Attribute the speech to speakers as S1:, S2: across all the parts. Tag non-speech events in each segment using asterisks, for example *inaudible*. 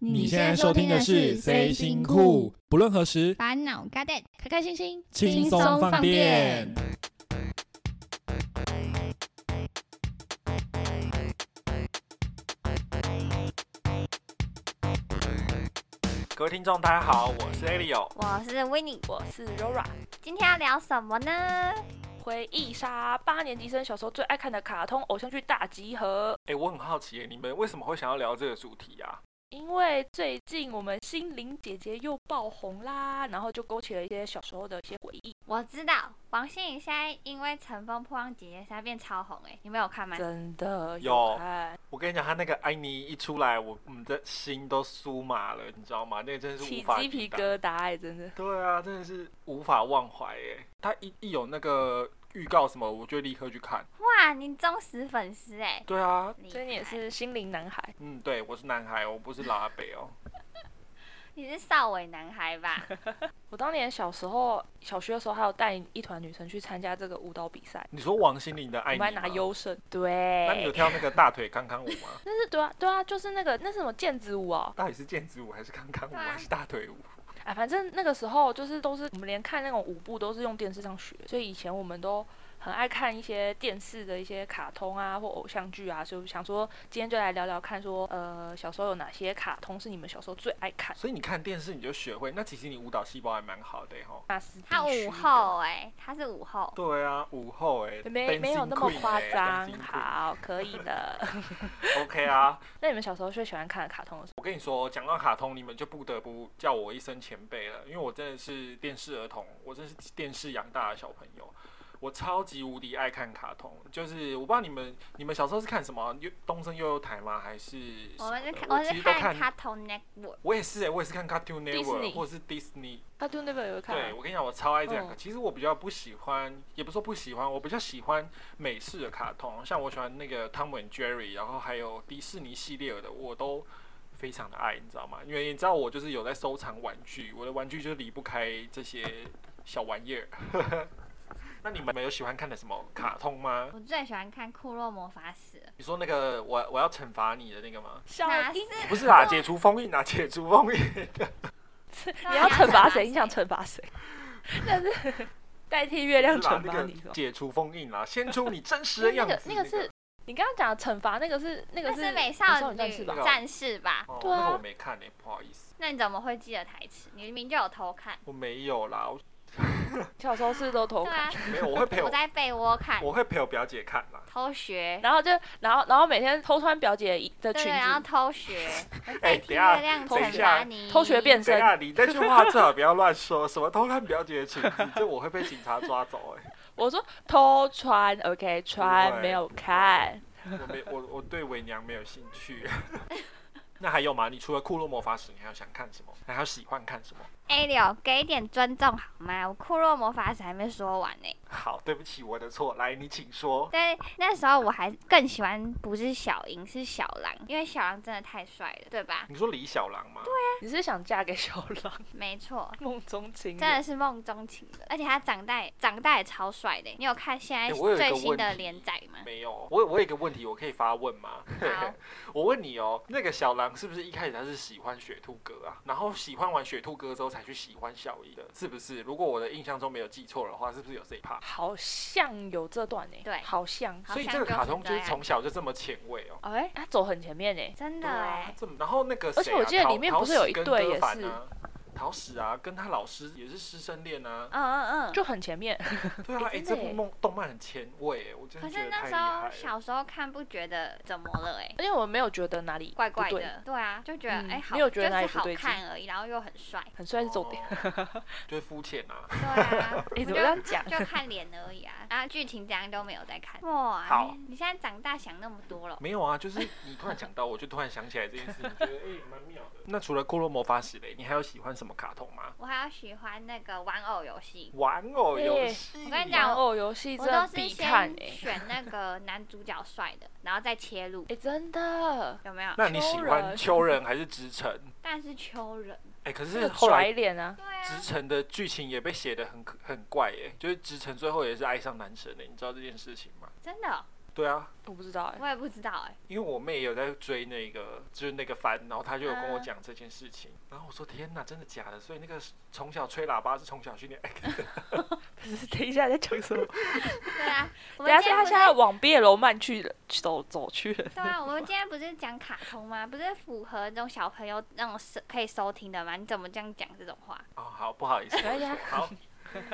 S1: 你现在收听的是《谁辛苦》，不论何时，
S2: 把脑嘎蛋
S3: 开开心心，
S1: 轻松放电。各位听众，大家好，我是 Elio，
S3: 我是 w i n n i e 我是 Rora。
S2: 今天要聊什么呢？
S3: 回忆杀，八年级生小时候最爱看的卡通偶像剧大集合。
S1: 哎、我很好奇耶，你们为什么会想要聊这个主题啊？
S3: 因为最近我们心灵姐姐又爆红啦，然后就勾起了一些小时候的一些回忆。
S2: 我知道王心凌现在因为《乘风破浪》姐姐现在变超红哎、你们有看吗？
S3: 真的
S1: 有
S3: 看
S1: 我跟你讲，他那个安妮一出来，我我们的心都酥麻了，你知道吗？那个真的是无
S3: 起
S1: 法
S3: 鸡皮
S1: 抵挡
S3: 疙瘩哎、真的。
S1: 对啊，真的是无法忘怀耶。他一一有那个预告什么，我就立刻去看。
S2: 哇，你忠实粉丝哎、
S1: 对啊，
S2: 厉害
S3: 所以你也，是心灵男孩，
S1: 嗯，对，我是男孩，我不是老阿伯哦。
S2: 你是少伟男孩
S3: *laughs*
S2: 吧？
S3: 我当年小时候小学的时候，还有带一团女生去参加这个舞蹈比赛，
S1: 你说王心凌的
S3: 我
S1: 爱你
S3: 们还拿
S1: 吗？
S3: 优胜。
S1: 那你有
S3: 对，？
S1: 跳那个大腿康康舞吗 *laughs*
S3: 但是对啊，对啊，就是那个那是什么毽子舞哦，
S1: 到底是毽子舞还是康康舞
S2: 对啊
S1: 还是大腿舞？
S3: 哎，反正那个时候就是都是我们连看那种舞步都是用电视上学，所以以前我们都很爱看一些电视的一些卡通啊或偶像剧啊，所以我想说今天就来聊聊看说，呃，小时候有哪些卡通是你们小时候最爱看？
S1: 所以你看电视你就学会，那其实你舞蹈细胞还蛮好的吼。
S3: 那是必
S2: 他
S3: 须
S2: 午
S3: 的
S2: 后哎、他是午后。
S1: 对啊，午后哎、欸，
S3: 没没有那么
S1: Dancing Queen
S3: 夸
S1: 欸
S3: 张，
S1: ，Dancing Queen
S3: 好，可以的。 *laughs*
S1: OK 啊，
S3: 那你们小时候最喜欢看的卡通是什
S1: 我跟你说，讲到卡通，你们就不得不叫我一声前辈了，因为我真的是电视儿童，我真是电视养大的小朋友，我超级无敌爱看卡通。就是我不知道你们，你们小时候是看什么？又东森幼幼台吗？还是什
S2: 我
S1: 么
S2: 们是
S1: 的
S2: 看，
S1: 我
S2: 我
S1: 其
S2: 是
S1: 实都
S2: 看
S1: 看。
S2: Cartoon Network，
S1: 我也是哎、我也是看 Cartoon Network
S3: Disney
S1: 或者是 Disney。
S3: 么？啊，对那边有看
S1: 对，
S3: 啊，
S1: 我跟你讲，我超爱这两个。
S3: 嗯
S1: 其实我比较不喜欢，也不是说不喜欢，我比较喜欢美式的卡通，像我喜欢那个《汤姆 and Jerry》，然后还有迪士尼系列的，我都非常的爱，你知道吗？因为你知道我就是有在收藏玩具，我的玩具就离不开这些小玩意儿。 *laughs* 那你们有喜欢看的什么卡通吗？
S2: 我最喜欢看《库洛魔法使》了。
S1: 你说那个我我要惩罚你的那个吗？
S3: 小
S2: 哪是
S3: 樱，？
S1: 不是
S3: *laughs*
S1: 啦，解除封印啊，解除封印。
S3: 你要惩罚谁？你想惩罚 *laughs* 谁？但是 *laughs* 代替月亮
S1: 不是啦
S3: 惩
S1: 那
S3: 罚
S1: 个
S3: 你是吧？
S1: 解除封印啦，先出你真实
S3: 那
S1: 的
S3: 那
S1: 样
S3: 个
S1: 子。
S3: 那个是你刚刚讲的惩罚，那个是那个
S2: 那
S3: 是
S2: 是美
S3: 少
S2: 少
S3: 女
S2: 女
S3: 战士吧？
S2: 战士吧？
S1: 哦，
S3: 对啊
S1: 那个我没看呢、不好意思，
S2: 那你怎么会记得台词？你明明就有偷看。
S1: 我没有啦，我
S3: 小时候是都偷
S2: 对
S3: 看，
S2: 啊，
S1: 没有，我会陪
S2: 我
S1: 我，
S2: 在被窝看，
S1: 我会陪我表姐看啦。
S2: 偷学。
S3: 然后就然后然后每天偷穿表姐的
S2: 对，
S3: 裙
S2: 然后
S3: 子，
S2: 偷学。
S1: 哎、
S2: 月
S1: 等一下，
S2: 亮
S1: 等一
S2: 惩
S1: 下
S2: 罚你。
S3: 偷学变
S1: 等一
S3: 身。
S1: 下，你那句话最好不要乱说， *laughs* 什么偷看表姐的裙子，这我会被警察抓走哎、
S3: 我说偷穿，OK，
S1: 不会
S3: 穿没有看。
S1: 我没，我我对伪娘没有兴趣。 *laughs* 那还有吗？你除了库洛魔法使，你还有想看什么？你还有喜欢看什么？
S2: A 六，给一点尊重好吗？我库洛魔法使还没说完呢、
S1: 好，对不起，我的错，来，你请说。
S2: 但那时候我还更喜欢不是小樱是小狼，因为小狼真的太帅了，对吧？
S1: 你说李小狼吗？对、
S3: 你是想嫁给小狼，
S2: 没错，
S3: 梦中情
S2: 真的
S3: 人？
S2: 是梦中情人，而且他长大也长大也超帅的。你有看现在
S1: 哎我有一个
S2: 最新
S1: 问
S2: 的
S1: 题
S2: 连载
S1: *laughs*
S2: 吗？
S1: 没有，我我有一个问题，我可以发问吗？
S2: 好，
S1: 我问你哦，那个小狼是不是一开始他是喜欢雪兔哥啊？然后喜欢完雪兔哥之后才去喜欢小樱的，是不是？如果我的印象中没有记错的话，是不是有这一趴？
S3: 好像有这段呢，
S2: 对
S3: 好像。
S2: 好
S1: 所以
S2: 像
S1: 这个卡通
S2: 就
S1: 就是是
S2: 这样
S1: 从小就这么前卫哦。
S3: 哎，他走很前面呢。
S2: 真的
S1: 对啊
S2: 哎、，
S1: 这么然后那个谁啊、
S3: 欸而且我记得
S1: 陶
S3: 里面不是有一对
S1: 陶
S3: 也
S1: 史跟
S3: 是
S1: 歌凡啊桃史啊，跟他老师也是师生恋啊。
S2: 嗯嗯嗯。
S3: 就很前面， *laughs*
S1: 对啊，哎、
S3: 哎真的
S1: 这部
S3: 耶
S1: 梦动漫很前卫，欸我真
S2: 可
S1: 的觉
S2: 是
S1: 得
S2: 那
S1: 太厉
S2: 时
S1: 害
S2: 候
S1: 了。
S2: 小时候看不觉得怎么了哎、
S3: 因为我没有觉得哪里
S2: 怪怪
S3: 不对，
S2: 的，对啊，就觉得
S3: 嗯
S2: 哎、好，
S3: 没有觉得
S2: 就
S3: 哪里
S2: 是
S3: 不
S2: 好
S3: 对劲
S2: 看而已，然后又很帅，
S3: 很帅是重点。
S1: 哦 *laughs* 就是肤浅啊。
S3: *laughs*
S2: 对啊，
S3: 哎，
S2: 我
S3: 怎
S2: 就
S3: 么这样讲？
S2: 就看脸而已
S3: *laughs*
S2: 啊，啊，剧情怎样都没有在看。哇，
S1: 好
S2: 你，你现在长大想那么多了，
S1: 没有啊，就是你突然讲到，我就突然想起来这件事，情，觉得哎蛮、妙的。 *laughs* 那除了《骷髅魔法使》嘞，你还有喜欢什么卡通吗？
S2: 我还要喜欢那个玩偶游戏，
S1: 玩偶游戏，
S2: 我跟你
S3: 玩
S2: 讲
S3: 偶游戏
S2: 我
S3: 真
S2: 都
S3: 的
S2: 是
S3: 必看
S2: 先
S3: 哎，
S2: 选那个男主角帅的，然后再切
S3: *laughs*
S2: 入，
S3: 哎，真的。
S2: 有没有？
S1: 那你喜
S3: *laughs*
S1: 欢秋人还是直城？
S2: 但是秋人，
S1: 哎、可
S3: 这
S1: 是
S3: 个
S1: 后
S3: 甩
S1: 来
S3: 脸啊，
S2: 对啊
S1: 直，城的剧情也被写得很很怪耶、就是直城最后也是爱上男神的，你知道这件事情吗？
S2: 真的哦，
S1: 对啊，
S3: 我不知道哎、
S2: 我也不知道哎、
S1: 因为我妹也有在追那个，就是那个番，然后她就有跟我
S3: 啊
S1: 讲这件事情，然后我说天哪，真的假的？所以那个从小吹喇叭是从小训练，哎，
S3: 只是 *laughs* 等一下在讲什么？
S2: 对
S3: *laughs*
S2: 啊，我
S3: 等
S2: 们今天
S3: 一下，所以他
S2: 不
S3: 现
S2: 是
S3: 在往毕业楼慢去了，走走去了。
S2: 对啊，我们今天不是讲卡通吗？不是符合那种小朋友那种收可以收听的吗？你怎么这样讲这种话？
S1: 哦，好，不好意思，
S3: 可以啊 *laughs*
S1: 好，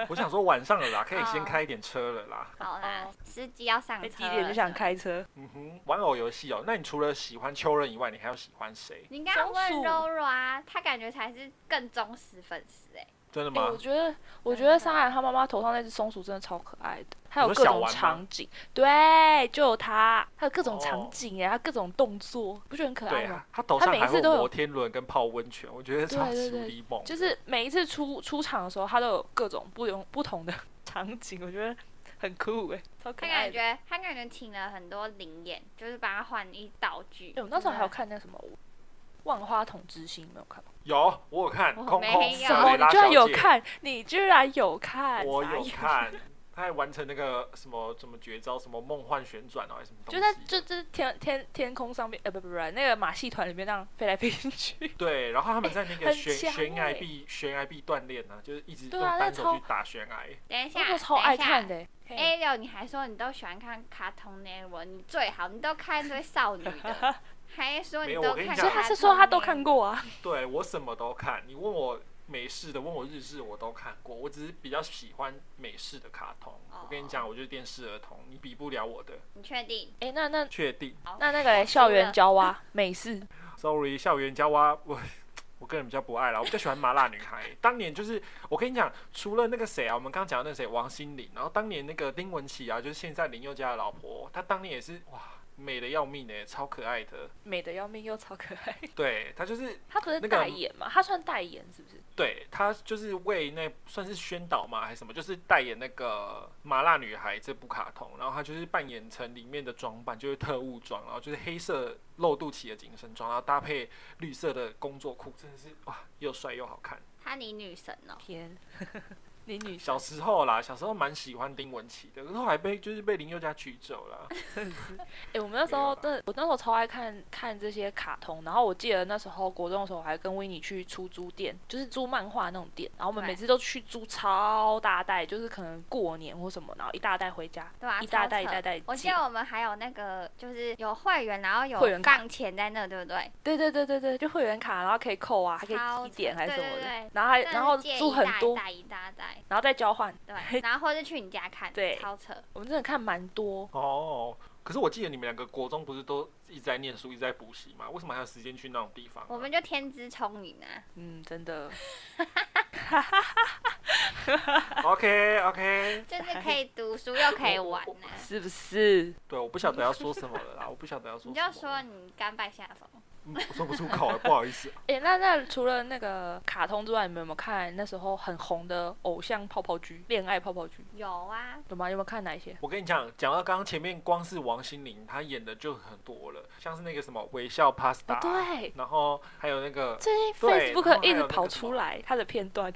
S1: 我想说晚上了啦，可以先
S2: 哦
S1: 开一点车了啦。
S2: 好啦
S3: 哦，
S2: 司机要上
S3: 哎
S2: 车
S3: 几点
S2: 了
S3: 就想。开车？
S1: 嗯哼，玩偶游戏哦，那你除了喜欢秋人以外，你还要喜欢谁？
S2: 你刚刚问
S3: 松鼠
S2: 柔柔啊，她感觉才是更忠实粉丝哎、
S1: 真的
S3: 哎、
S1: 吗
S3: 我？觉得，我觉得莎然她妈妈头上那只松鼠真的超可爱的，还有
S1: 你
S3: 各
S1: 说小
S3: 种
S1: 丸吗
S3: 场景，对，就有它，还有各种场
S1: 哦
S3: 景哎，它各种动作，不觉得很可
S1: 对
S3: 爱吗
S1: 啊？，他头
S3: 他
S1: 上
S3: 每一
S1: 还
S3: 次
S1: 会
S3: 都有
S1: 摩天轮跟泡温泉，我觉得超
S3: 对
S1: 级
S3: 对
S1: 无
S3: 对
S1: 敌猛。
S3: 就是每一次出出场的时候，它都有各种不同不同的 *laughs* 场景，我觉得很酷哎，超可
S2: 她
S3: 爱
S2: 感
S3: 的。
S2: 觉她感觉请了很多灵眼，就是帮她换一道具。
S3: 哎我那时候还有
S2: 真的
S3: 看那个什么《万花筒之星》，没有看吗？
S1: 有，我有看
S2: 我
S1: 空
S2: 没
S1: 空
S2: 有
S1: 塞
S2: 什么
S1: 雷
S3: 你
S1: 哎拉
S3: 居然
S1: 小
S3: 有
S1: 姐，
S3: 看，你居然有看，
S1: 我
S3: 傻
S1: 有
S3: 眼
S1: 看，他还完成那个什么什么绝招，什么梦幻旋转哦，还是什么东
S3: 就
S1: 西
S3: 在
S1: 的？
S3: 就就是天天天空上面，呃不不不，那个马戏团里面那样飞来飞 *laughs* 去，
S1: 对，然后他们在那
S3: 哎
S1: 个
S3: 很
S1: 悬
S3: 强
S1: 悬崖
S3: 哎
S1: 壁悬崖壁锻炼呢，就是一直
S3: 对
S1: 用
S3: 啊那
S1: 单手
S3: 超
S1: 去打悬崖。
S2: 等一
S3: 我
S2: 下，
S3: 都超爱看
S2: 等一下。
S3: 的欸。嘿
S2: 哎六，你还说你都喜欢看卡通 network，你最好你都看一堆少女
S3: *laughs*
S2: 的，还说
S1: 没
S2: 你
S1: 有
S2: 都
S1: 我跟你
S2: 看。
S1: 讲
S3: 所以他是说他都看。过 *laughs* 啊，
S1: 对我什么都看，你问我美式的，问我日式，我都看过。我只是比较喜欢美式的卡通。我跟你讲，我就是电视儿童，你比不了我的。
S2: 你确定？
S3: 哎那那
S1: 确定
S3: 那那个嘞校园娇娃 *laughs* 美式，
S1: ？Sorry，校园娇娃，我我个人比较不爱啦，我比较喜欢麻辣女孩。当年就是我跟你讲，除了那个谁啊，我们刚刚讲的那个谁王心凌，然后当年那个丁文琪啊，就是现在林宥嘉的老婆，她当年也是哇。美的要命呢、欸超可爱的。
S3: 美的要命又超可爱。
S1: 对她就是，
S3: 他不是
S1: 那个
S3: 代言嘛？他算代言是不是？
S1: 对她就是为那算是宣导嘛，还是什么，就是代言那个《麻辣女孩》这部卡通，然后她就是扮演成里面的装扮，就是特务装，然后就是黑色露肚脐的紧身装，然后搭配绿色的工作裤，真的是哇，又帅又好看。
S2: 她你女神哦、
S3: 天， *laughs* 你女神
S1: 小时候啦，小时候蛮喜欢丁文琪的，可是后来被就是被林宥嘉娶走了。
S3: 哎、我们那时
S1: 没
S3: 候
S1: 有啦
S3: 真的，我那时候超爱看看这些卡通，然后我记得那时候国中的时候，我还跟维尼去出租店，就是租漫画那种店，然后我们
S2: 对
S3: 每次都去租超大袋，就是可能过年或什么，然后一大袋回家，
S2: 对啊，
S3: 一大
S2: 超
S3: 袋一
S2: 扯
S3: 大袋
S2: 我记
S3: 借
S2: 得。我们还有那个，就是有会员，然后有
S3: 会员卡
S2: 放钱在那，对不对？
S3: 对对对对对，就会员卡，然后可以扣啊，还可以
S2: 超
S3: 积点
S2: 扯
S3: 还是什
S2: 对
S3: 么的，
S2: 对对
S3: 然后还
S2: 真的
S3: 然后
S2: 是借
S3: 租
S2: 一
S3: 很
S2: 大
S3: 多，
S2: 袋一大袋，
S3: 然后再交换。 *laughs*
S2: 对，然后或者去你家看，
S3: 对
S2: 超扯。
S3: 我们真的看蛮多，
S1: 哦，可是我记得你们两个国中不是都一直在念书，一直在补习吗？为什么还有时间去那种地方啊、
S2: 我们就天资聪颖啊，
S3: 嗯，真的。
S1: OK OK，
S3: *laughs*
S2: 就是可以读书又可以玩啊呢、
S3: 是不是？
S1: *laughs* 对，我不晓得要说什么了啦，我不晓得要说
S2: 你
S1: 什么
S2: 就
S1: 了。
S2: 说你甘拜下风，
S1: 嗯我说不出口了，不好意思。
S3: 哎、那那除了那个卡通之外，你们有没有看那时候很红的偶像泡泡剧、恋爱泡泡剧？
S2: 有啊，
S3: 有吗？有没有看哪一些？
S1: 我跟你讲，讲到刚刚前面，光是王心凌她演的就很多了，像是那个什么微笑 Pasta，、
S3: 哦对
S1: 然后还有那个，
S3: 最近
S1: 啊对然
S3: Facebook
S1: 后还
S3: 一
S1: 有那
S3: 直
S1: 个
S3: 跑
S1: 什
S3: 出
S1: 么
S3: 来他的片段，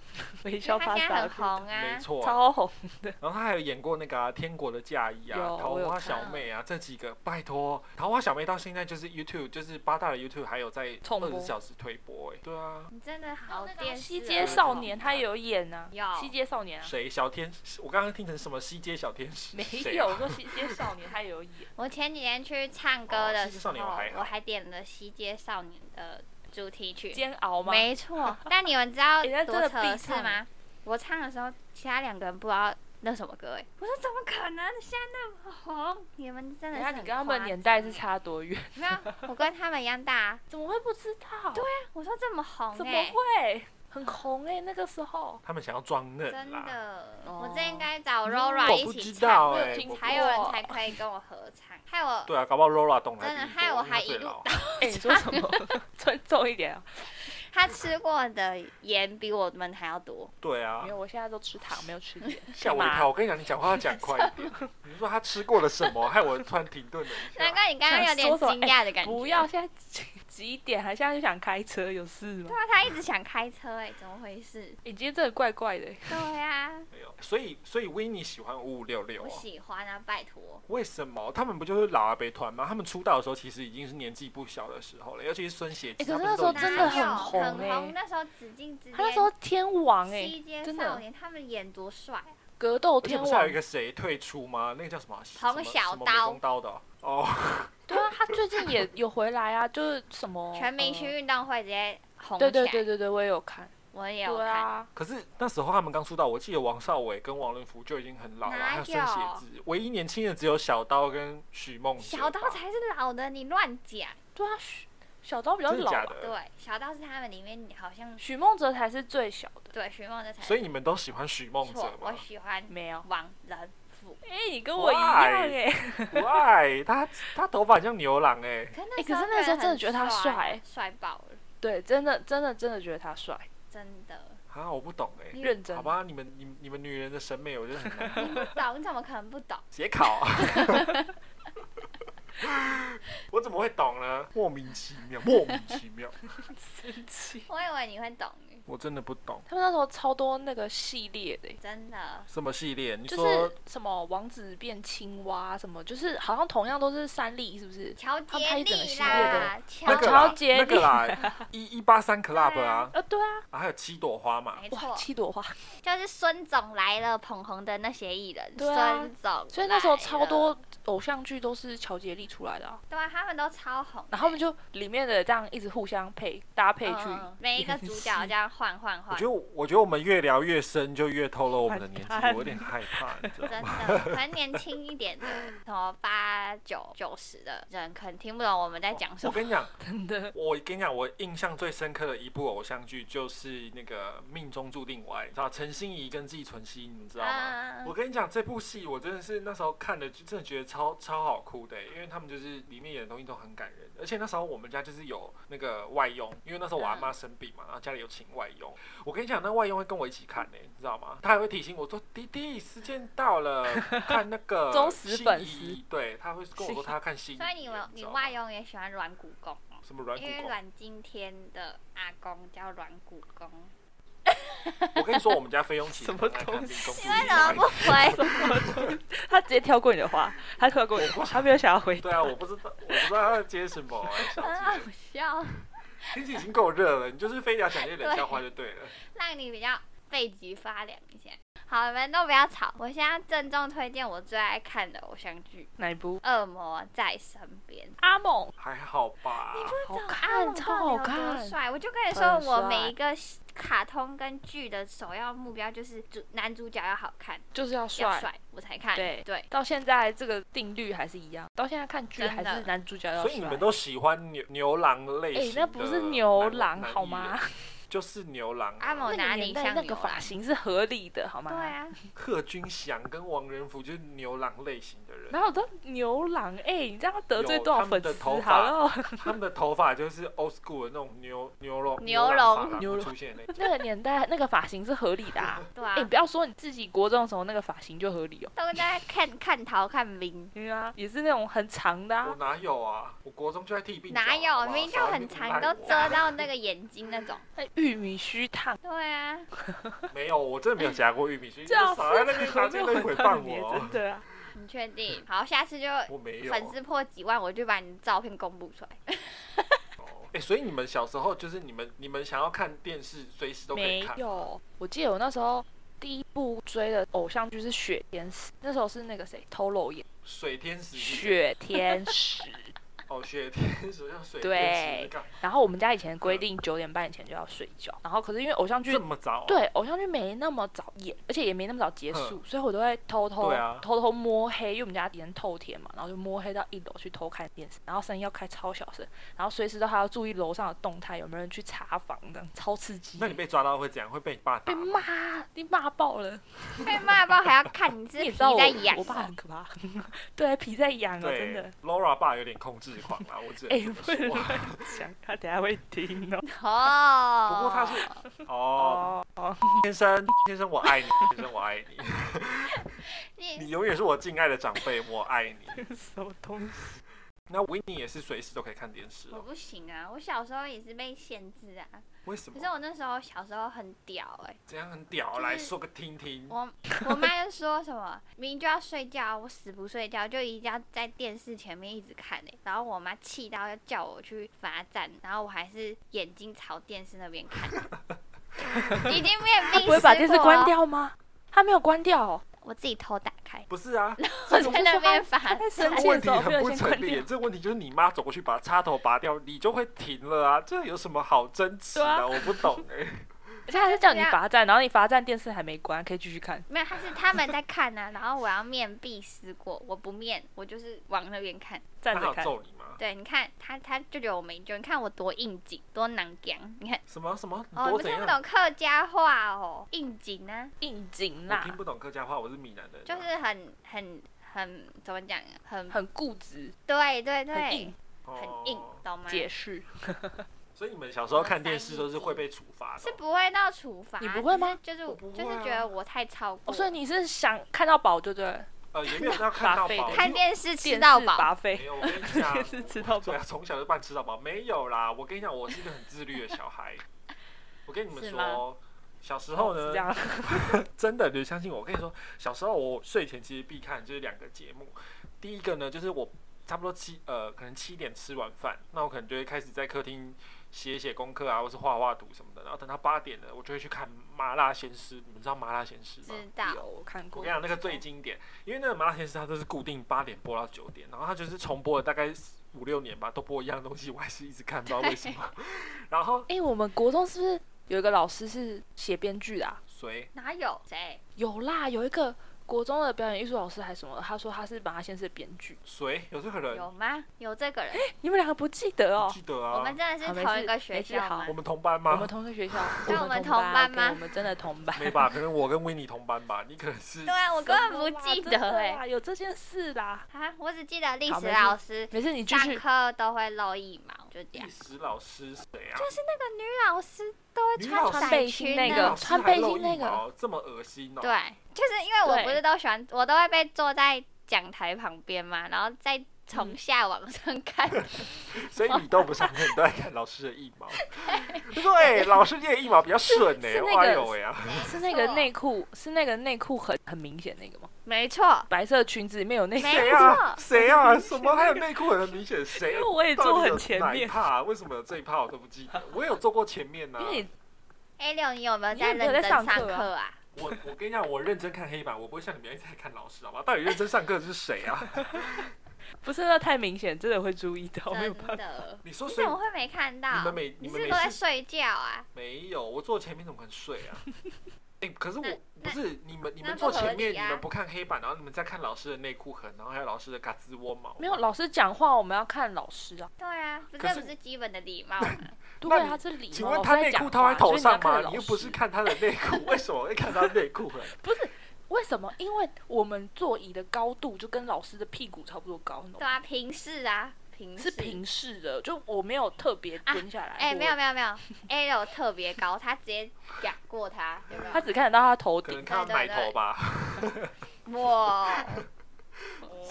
S3: 微
S2: 因
S3: 笑
S2: 为他现在
S3: pasta
S2: 很
S3: 的片段
S2: 红啊
S1: 没，错，
S3: 超红。
S1: 然后她还有演过那个、啊《天国的嫁衣》啊，
S3: 有
S1: 《桃
S3: 我有
S1: 花
S3: 看
S1: 小妹》啊，这几个，拜托，《桃花小妹》到现在就是 YouTube，就是八大的 YouTube 还有在
S3: 重
S1: 二
S3: 播
S1: 十小时推播、哎，对啊，
S2: 你真的好
S3: 个
S2: 电视哦
S3: 西
S2: 儿童
S3: 街少年他也有演呐、
S2: 有
S3: 西街少年啊，
S1: 谁小天使？我刚刚听成什么西街小天使？
S3: 没
S1: 谁
S3: 有
S1: 啊
S3: 我说西街少年他也有演。
S2: *laughs* 我前几天去唱歌
S1: 哦
S2: 的
S1: 西街
S2: 时
S1: 少
S2: 候，
S1: 年我还好
S2: 我还点了《西街少年》的主题曲，
S3: 煎熬吗？
S2: 没错，但你们知
S3: *laughs*
S2: 道
S3: 人家真的
S2: 多
S3: 必
S2: 扯的是
S3: 唱
S2: 吗？我唱的时候，其他两个人不知道那什么歌哎、我说怎么可能？现在那么红，你们真的
S3: 等一
S2: 是
S3: 下
S2: 很
S3: 你跟他们
S2: 夸
S3: 年代
S2: 张
S3: 是差多远？
S2: 没有？我跟他们一样大啊、
S3: 怎么会不知道？对、
S2: 我说这么红
S3: 怎么
S2: 哎、
S3: 会？很红哎、那个时
S1: *laughs*
S3: 候。
S1: 他们想要装嫩
S2: 真
S1: 啦。
S2: 的，我
S3: 哦
S2: 真应该找
S1: 嗯
S2: Rora
S1: 我不
S2: 一
S1: 知
S2: 起
S1: 道
S2: 唱，
S1: 哎、
S3: 欸我有听
S1: 我
S3: 过
S2: 还有人才可以跟我合唱，害我
S1: 对啊，搞不好 Laura 懂得
S2: 真的
S1: 比你
S2: 害
S1: 多
S2: 我
S1: 因为
S2: 还
S1: 她最
S2: 一路
S3: *laughs*
S1: 老
S3: 哎、你说什么？尊重一点啊！
S2: 他吃过的盐比我们还要多。
S1: 对啊
S3: 没，有，我现在都吃糖，没有吃盐。
S1: *laughs* 吓我一跳！我跟你讲，你讲话要讲快一点。你说他吃过了什么，害我突然停顿了
S2: *laughs*
S1: 一
S2: 难
S1: 下。
S2: 怪你刚刚有点
S3: 啊想说什么
S2: 惊讶的感觉。
S3: 不要，现在几几点啊还现在就想开车，有事吗
S2: 对？啊，他一直想开车、哎，怎么回事？
S3: 你今天真的怪怪的，欸
S2: 对啊，
S1: 没有，所以所以维尼喜欢五五六六
S2: 我
S1: 啊？
S2: 喜欢啊，拜托。
S1: 为什么？他们不就是老阿伯团吗？他们出道的时候其实已经是年纪不小的时候了，尤其是孙协
S3: 欸
S1: 吉，
S3: 可是
S1: 他们
S3: 那时
S1: 都
S3: 候
S1: 已
S3: 真
S1: 经
S3: 的
S2: 哪有
S3: 很
S2: 红，
S3: 红哎
S2: 那时候紫禁之巅，
S3: 他那时候天王哎、
S2: 西街
S3: 真
S2: 少
S3: 的
S2: 年，他们演多帅啊！
S3: 格斗
S1: 而且
S3: 天
S1: 不是还有一
S3: 王。
S1: 个谁退出吗？那个叫什么？
S2: 彭
S1: 什么
S2: 小
S1: 什么
S2: 刀
S1: 美工刀的哦， *laughs* 哦
S3: 对啊，他最
S1: *laughs*
S3: 近也有回来啊，就是什么
S2: 全明星
S3: 呃
S2: 运动会直接红起
S3: 对
S2: 来。
S3: 对对对对，我也有看。
S2: 我也有
S3: 对
S2: 看。
S3: 啊，
S1: 可是那时候他们刚出道，我记得王少伟跟王仁福就已经很老了，
S2: 哪
S1: 还有孙协
S2: 有
S1: 志，唯一年轻的只有小刀跟许梦哲吧。
S2: 小刀才是老的，你乱讲。
S3: 对啊，许小刀比较
S1: 真的
S3: 老啊
S1: 假
S3: 吧，
S1: 的？
S2: 对，小刀是他们里面好像
S3: 许梦哲才是最小的。
S2: 对徐梦的才
S1: 所以你们都喜欢许
S2: 不
S1: 梦哲
S2: 错。我
S1: 吗
S2: 喜欢
S3: 没有，
S2: 王仁甫，
S3: 哎、你跟我一样
S1: Why？
S3: 哎、
S1: ？Why？他他头发像牛郎哎、
S2: 可是
S3: 欸
S2: 那
S3: 可是那时候真的觉得他
S2: 帅
S3: 帅
S2: 啊，帅爆了，
S3: *laughs* 对，真的真的真的觉得
S1: *laughs*
S3: 他帅，
S2: 真的。
S1: 啊，我不懂哎、
S3: 认真
S1: 好。吧，你们你们你们女人的审美，我觉得很难
S2: 你不懂，你怎么可能不懂？
S1: 解考。啊 *laughs* 我怎么会懂呢？莫名其妙，莫名其妙，
S3: 生气。
S2: 我以为你会懂，
S1: 我真的不懂。
S3: 他们那时候超多那个系列的欸、
S2: 真的。
S1: 什么系列？你
S3: 就
S1: 说
S3: 是什么王子变青蛙，什么就是好像同样都是三立，是不是？
S2: 乔
S3: 他们
S2: 杰
S3: 拍一整个
S2: 利
S3: 系列的
S2: 啦，
S1: 那
S2: 乔
S1: 个
S3: 乔
S1: 啦，
S3: 杰
S1: 那个啦，一一八三 club 啊，
S3: 呃，对啊，哎
S1: 啊还有七朵花嘛。
S2: 没
S3: 哇，
S2: 错，
S3: 七朵花，
S2: 就是孙总来了捧红的那些艺人，
S3: 对啊
S2: 孙总。
S3: 所以那时候超，多偶像剧都是乔杰利出来的、啊，
S2: 对啊，他们都超红的。
S3: 然后他们就里面的这样一直互相配搭配去
S2: 嗯嗯每一个主角这样换换
S1: 我
S2: 换
S1: 觉，得，我觉得我们越聊越深，就越透露我们的年纪，
S3: 完蛋
S1: 我有点害怕，你知道
S2: 真
S1: 吗？
S2: 的，可能年轻一点的，什么八九九十的人，可能听不懂我们在讲什
S1: 我
S2: 么。
S1: 跟你讲，
S3: *laughs* 真的
S1: 我跟你讲，我印象最深刻的一部偶像剧就是那个《命中注定我爱你》，知道陈欣怡跟纪存希，你知道吗？
S2: 啊
S1: 我跟你讲，这部戏我真的是那时候看的，就真的觉得超超好哭的，因为他们就是里面演的东西都很感人，而且那时候我们家就是有那个外佣，因为那时候我阿妈生病嘛，然后家里有请外佣。我跟你讲，那外佣会跟我一起看呢，你知道吗？他还会提醒我
S2: *laughs*
S1: 说：“弟弟，时间到了，看那个
S3: 忠实粉丝
S1: 心仪。”对，他会跟我说他要看新仪。
S2: 所以你们
S1: 知
S2: 你
S1: 道吗
S2: 外佣也喜欢软骨功哦，
S1: 什么软骨啊
S2: 因为
S1: 功？
S2: 阮经天的阿公叫软骨功。
S1: 我跟你说，我们家菲佣其实
S3: 什么
S1: 很爱看
S3: 东
S1: 冰宫
S2: 你为什么不回？
S3: 他直接跳过你的话，他跳过你的话，他没有想要回答。
S1: 对啊，我不知道，我不知道他在接什么、哎，小
S2: 很 *laughs* 好
S1: 姐，
S2: 笑，
S1: 天气已经够热了，你就是非得讲些冷笑话就对了。
S2: 让你比较背脊发凉一下。好，你们都不要吵，我现在郑重推荐我最爱看的偶像剧
S3: 哪一部？
S2: 《恶魔在身边》。
S3: 阿猛，
S1: 还好吧，
S2: 啊
S3: 好
S2: 阿
S3: 哦看，
S2: 龙
S3: 超
S2: 到底有
S3: 好
S2: 多
S3: 看。
S2: 帅！我就跟你说，
S3: 很
S2: 我
S3: 帅
S2: 每一个卡通跟剧的首要目标就是主男主角要好看，
S3: 就是要
S2: 要
S3: 帅。
S2: 帅，我才看。
S3: 对
S2: 对，
S3: 到现在这个定律还是一样，到现在看剧
S2: 真
S3: 还
S2: 的
S3: 是男主角要
S1: 所
S3: 帅。
S1: 以你们都喜欢牛牛郎类
S3: 哎、
S1: 型的
S3: 那不是牛郎
S1: 男
S3: 好吗？？
S1: 就是牛郎、
S2: 阿
S1: 啊，
S2: 某
S3: 那
S2: 哪
S3: 个
S2: 里
S3: 年代
S2: 像
S3: 那
S2: 牛
S3: 个发
S2: 郎？
S3: 型是合理的好吗？
S2: 对啊，
S1: 贺军翔跟王仁甫就是牛郎类型的人，
S3: 哪有的牛郎？哎、你这样得罪
S1: 有
S3: 多
S1: 他
S3: 少
S1: 们
S3: 粉
S1: 的
S3: 丝？啊
S1: 头
S3: 好
S1: 发 *laughs*
S3: 了，
S1: 他们的头发就是 old school 的那种牛牛龙
S2: 牛
S1: 郎
S2: 龙
S1: 发廊
S3: 牛龙
S1: 出现的那
S3: 那个年代那个发型是合理
S1: *laughs*
S3: 的、啊。
S2: 对
S3: 哎、
S2: 啊，
S3: 你不要说你自己国中的时候那个发型就合理哦。
S2: 都在看看桃看明，
S3: 对啊，也是那种很长的、
S1: 我
S3: 啊。
S1: 哪有啊？我国中就在剃鬓角，
S2: 哪
S1: 好
S2: 有？
S1: 不好
S2: 明明就很长，都遮。到那个眼睛那
S1: *laughs*
S2: 种。
S3: 那哎玉米须烫，
S2: 对啊，
S1: 没有，我真的没有夹过玉米须，
S3: 这样
S1: 你少在那边拿这个
S3: 回
S1: 诽谤
S3: 你
S1: 我
S3: 真
S1: 哦。
S3: 的啊。
S2: 你确定？好，下次就
S1: *laughs* 我没有。
S2: 粉丝破几万，我就把你的照片公布出来。
S1: 哎、所以你们小时候就是你们你们想要看电视，随时都可以
S3: 没
S1: 看。
S3: 有，我记得我那时候第一部追的偶像剧是《雪天使》，那时候是那个谁透露
S1: 嗯
S3: 演
S1: 水天使是
S3: 《雪天使》。
S1: 哦，雪天使像水天使，
S3: 对
S1: 你看
S3: 然后我们家以前规定九点半以前就要睡觉，然后可是因为偶像剧
S1: 这么早、啊，
S3: 对偶像剧没那么早演，而且也没那么早结束，所以我都会偷偷、
S1: 对啊
S3: 偷偷摸黑，因为我们家以前透天嘛，然后就摸黑到一楼去偷看电视，然后声音要开超小声，然后随时都还要注意楼上的动态，有没有人去查房这样，超刺激。
S1: 那你被抓到会怎样？会被你爸打
S3: 被
S1: 吗？
S3: 骂，你骂爆了。
S2: 被骂爆还要看你是
S3: 你也
S2: 皮
S3: 知道我
S2: 在痒
S3: 我
S2: 哦，
S3: 爸很可怕，对，皮在痒哦，真
S1: 对
S3: 的。
S1: ，Laura 爸有点控制痴狂啦，我只
S3: 哎、
S1: 能这么
S3: 不能
S1: 说。
S3: 乱讲，他等下会听哦。
S2: 哦，
S1: 不过他是哦，
S3: 哦哦，
S1: 先生，先生我爱你，先生我爱
S3: *laughs*
S1: 你，你
S2: 你
S1: 永远是我敬爱的长辈，我爱你。
S3: 什么东西？
S1: 那维尼也是随时都可以看电视
S2: 我
S1: 哦，
S2: 不行啊，我小时候也是被限制啊。
S1: 为什
S2: 可
S1: 么
S2: 是？我那时候小时候很屌哎、
S1: 这样很屌，
S2: 是
S1: 来说个听听。
S2: 我我妈就说什么， *laughs* 明明就要睡觉，我死不睡觉，就一定要在电视前面一直看哎、然后我妈气到要叫我去罚站，然后我还是眼睛朝电视那边看，已经面
S3: 他
S2: 壁。
S3: 不会把电视关，掉吗？他没有关掉哦。
S2: 我自己偷打开，
S1: 不是啊，
S3: *laughs*
S2: 我在那边罚
S3: 他
S2: 站。
S3: 在生
S1: 这
S3: 气
S1: 个问
S3: 的
S1: 题
S3: 时候没
S1: 很
S3: 有
S1: 不
S3: 先
S1: 成
S3: 关
S1: 立。
S3: 掉。
S1: 这个问题就是你妈走过去把插头拔掉，你就会停了啊，这有什么好争执
S3: 对啊
S1: 的？我不懂哎、
S3: *laughs* 而且他是叫你
S2: 这样
S3: 罚站，然后你罚站，电视还没关，可以继续看。
S2: 没有，他是他们在看呐、然后我要面壁思过，我不面，我就是往那边看。
S3: 站
S1: 他
S3: 着
S1: 有
S3: 看，
S1: 揍你吗？
S2: 对，你看他，他就觉得我没救，你看我多应景，多难讲，你看。
S1: 什么什么？你
S2: 哦，
S1: 多
S2: 你们
S1: 怎
S2: 听不
S1: 样？
S2: 懂客家话哦，应景啊，
S3: 应景
S1: 我
S3: 啦
S1: 听，不懂客家话，我是闽南人啊。
S2: 就是很很很怎么讲，啊很
S3: 很固执，
S2: 对对
S3: 很
S2: 对
S3: 硬，
S2: 很硬
S1: 哦，
S2: 懂吗？
S3: 解释。
S1: 所以你们小时候看电视都是会被处罚的哦、
S2: 是不会到处罚，
S3: 你不会吗
S2: 只是
S1: 我
S2: 就
S1: 不
S2: 是
S1: 会啊
S2: 就是觉得我太超过，
S3: 哦，所以你是想看到饱，对不对了？
S1: 呃，也没有要看到
S3: 罚费 *laughs*
S1: 饱，
S3: 的
S2: 看电视
S3: 电
S2: 吃
S3: 视
S2: 到饱，
S3: 拔
S1: 没
S3: 费，
S1: 有，我跟你讲
S3: *laughs* 电，视吃到饱
S1: 对。啊，从小就办吃到饱，没有啦。我跟你讲，我是一个很自律的小孩。我跟你们
S2: 是
S1: 说，小时候
S3: 哦是
S1: 呢
S3: 这，样，
S1: 真的你相信我。我跟你说，小时候我睡前其实必看就是两个节目，第一个呢就是我差不多七呃可能七点吃完饭，那我可能就会开始在客厅写一写功课啊，或是画画图什么的。然后等到八点了，我就会去看《麻辣鲜师》，你们知道《麻辣鲜师》吗？
S2: 知道
S3: 有我看
S1: 我
S3: 过
S1: 跟你，讲，那个最经典，因为那个麻辣鲜师它都是固定八点播到九点，然后它就是重播了大概五六年吧，都播一样东西，我还是一直看，不知道为什么。 *laughs* 然后
S3: 哎、我们国中是不是有一个老师是写编剧的、啊？
S1: 谁？
S2: 哪有谁？
S3: 有啦，有一个国中的表演艺术老师还是什么的，他说他是马先生的编剧。
S1: 谁有这个人？
S2: 有吗？有这个人？
S3: 你们两个不记得
S1: 不
S3: 哦？
S1: 记得
S2: 我
S1: 啊
S2: 们，真的是
S3: 好没
S2: 同
S3: 事
S2: 一个
S3: 没
S2: 学
S3: 事
S2: 校
S3: 好
S2: 吗
S1: 我？们同班
S3: 我
S1: 吗
S3: 们？同个学校，
S2: 那
S3: 我
S2: 我们
S3: 同
S2: 同班
S3: 对
S2: 吗
S3: 我们真的同班。
S1: 没吧？可能我跟维尼同班吧，你可能是
S2: 对啊，我根本不记得
S3: 哎、
S2: 哎，
S3: 有这件事啦。
S2: 啊，我只记得历
S3: 好没
S2: 史
S3: 事
S2: 老师
S3: 没事，你继
S2: 上
S3: 续。
S2: 课都会露一毛，就这样
S1: 历。史老师谁啊？
S2: 就是那个女老师都会
S1: 女
S2: 穿
S1: 老师
S2: 短
S3: 背心
S2: 裙
S3: 那
S2: 啊
S3: 个
S1: 老师
S3: 穿
S1: 还
S3: 背
S1: 露
S3: 心那
S1: 一
S3: 个啊
S1: 毛这么恶心哦。
S2: 对，就是因为我不
S3: 对
S2: 是都喜欢，我都会被坐在讲台旁边嘛，然后再从下往上
S3: *laughs*
S2: 看。
S1: 所以你都不上课，你都在看老师的一毛。就说哎，老师念一毛比较顺呢
S3: 是是，那个
S1: 哎呦喂啊！
S3: 是那个内裤，是那个内裤很很明显那个吗？
S2: 没错，
S3: 白色裙子里面有内裤
S2: 没。
S1: 谁啊？谁啊？什么？还有内裤很明显，谁？啊
S3: 我也坐很前
S1: 到底有哪一
S3: 面，
S1: 趴啊为什么有这一趴我都不记得？我有坐过前面啊呢、
S3: 因为你
S2: ，A 哎六，你有没有
S3: 你
S2: 在
S3: 有没有
S2: 认
S3: 在
S2: 真
S3: 上
S2: 上
S3: 课啊
S2: 课啊？
S1: 我我跟你讲，我认真看黑板，我不会像你们一直在看老师，好吧？到底认真上课的是谁啊？
S3: *laughs* 不是那太明显，真的会注意哦到，没有办
S2: 真
S3: 法。
S2: 的，
S1: 你说
S2: 你
S1: 谁
S2: 怎？么会没看到？
S1: 你们每
S2: 你
S1: 你们
S2: 是不是
S1: 每
S2: 都在
S1: 次
S2: 睡觉啊？
S1: 没有？我坐前面怎么可能睡
S3: *laughs*
S1: 啊？哎、可是我不
S2: 那
S1: 是你们，你们
S2: 那
S1: 坐
S2: 不
S1: 前
S2: 合
S1: 面，
S2: 理啊
S1: 你们不看黑板，然后你们再看老师的内裤痕，然后还有老师的嘎吱窝毛。
S3: 没有老师讲话，我们要看老师啊。
S2: 对啊，不
S1: 可
S2: 这
S1: 是
S2: 不是基本的礼貌
S1: *laughs*
S2: 吗？
S3: 对
S1: 那
S3: 啊，
S1: 你
S3: 他是礼貌。
S1: 请问
S3: 老师
S1: 他
S3: 在
S1: 内
S3: 讲
S1: 裤套在
S3: 话
S1: 头
S3: 所以你要
S1: 上吗
S3: 看？老
S1: 你又不是
S3: 师
S1: 看他的内裤，为什么会看他内裤
S3: *laughs*
S1: 痕？
S3: 不是为什么？因为我们座椅的高度就跟老师的屁股差不多高，你懂
S2: 对
S3: 吗？
S2: 啊，平视啊，平视
S3: 是。平视的，就我没有特别
S1: 啊
S3: 蹲下来。
S2: 哎、没有
S3: 我，
S2: 没有没有，A 六特别高，他直接仰过他，有没
S3: 他
S2: 有？
S3: 只看得到他头
S1: 可能
S3: 顶。
S1: 看他
S2: 对
S1: 奶
S2: 对
S1: 头
S2: 对
S1: 吧。
S2: 哇，